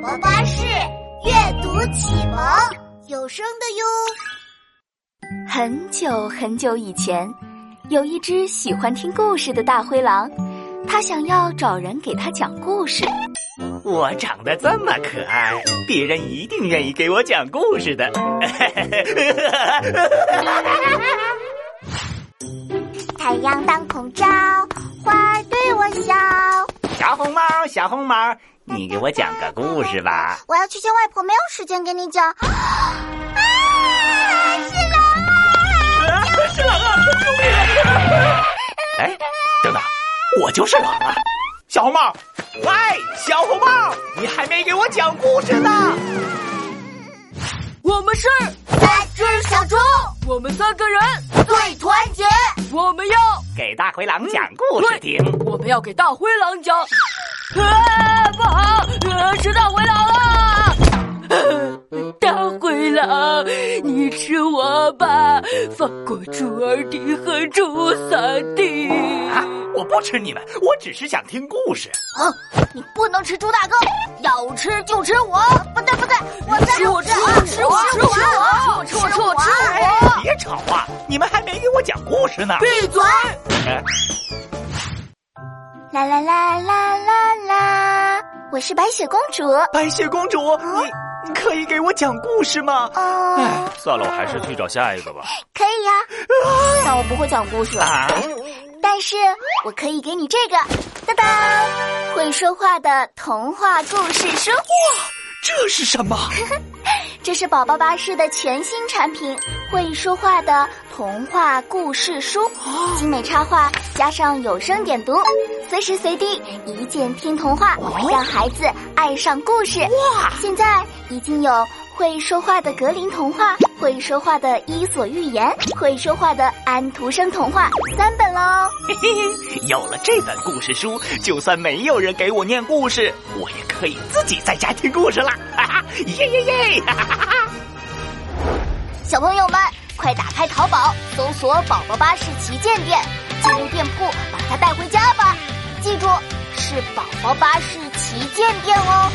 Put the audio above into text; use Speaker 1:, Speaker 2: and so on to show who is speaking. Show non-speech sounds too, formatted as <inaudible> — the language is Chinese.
Speaker 1: 蒙巴士阅读启蒙有声的
Speaker 2: 哟。很久很久以前，有一只喜欢听故事的大灰狼，它想要找人给它讲故事。
Speaker 3: 我长得这么可爱，别人一定愿意给我讲故事的。
Speaker 1: 太阳当空照，花儿对我笑。
Speaker 3: 小红帽，小红帽。你给我讲个故事
Speaker 4: <laughs>
Speaker 3: 吧！
Speaker 1: 我要去见外婆，没有时间给你讲。啊！是狼啊！
Speaker 3: 是狼啊！救命啊！哎，等等，我就是狼啊！小红帽，喂，小红帽，你还没给我讲故事呢。
Speaker 4: 我们是
Speaker 5: 三只小猪，
Speaker 4: 我们三个人
Speaker 5: 最团结。
Speaker 4: 我们要
Speaker 3: 给大灰狼讲故事听。
Speaker 4: 我们要给大灰狼讲。啊，不好！呃，吃大灰狼了、啊！大灰狼，你吃我吧！放过猪二弟和猪三弟！
Speaker 3: 啊，我不吃你们，我只是想听故事。
Speaker 1: 哦
Speaker 5: 啊，你不能吃猪大哥，要吃就吃我！不对不对，我
Speaker 4: 吃我吃我吃我吃我吃我吃我吃
Speaker 3: 我！别吵啊！你们还没给我讲故事呢！呃
Speaker 4: 闭嘴！
Speaker 1: 啦啦啦啦啦啦！我是白雪公主。
Speaker 2: 哎
Speaker 3: 白雪公主，你你可以给我讲故事吗？
Speaker 1: 哦、呃，
Speaker 6: 算了，我还是去找下一个吧。
Speaker 1: 可以呀、
Speaker 2: 啊，但我不会讲故事，
Speaker 3: 啊、
Speaker 1: 但是我可以给你这个，当当，会说话的童话故事书。
Speaker 3: 哇，这是什么？ <laughs>
Speaker 1: 这是宝宝巴士的全新产品——会说话的童话故事书，精美插画加上有声点读，随时随地一键听童话，让孩子爱上故事。
Speaker 3: 哇！
Speaker 1: 现在已经有会说话的格林童话、会说话的伊索寓言、会说话的安徒生童话三本喽。
Speaker 3: 嘿嘿，有了这本故事书，就算没有人给我念故事，我也可以自己在家听故事了。哈哈，耶耶耶！哈哈。
Speaker 1: 小朋友们，快打开淘宝，搜索“宝宝巴士旗舰店”，进入店铺把它带回家吧。记住，是宝宝巴士旗舰店哦。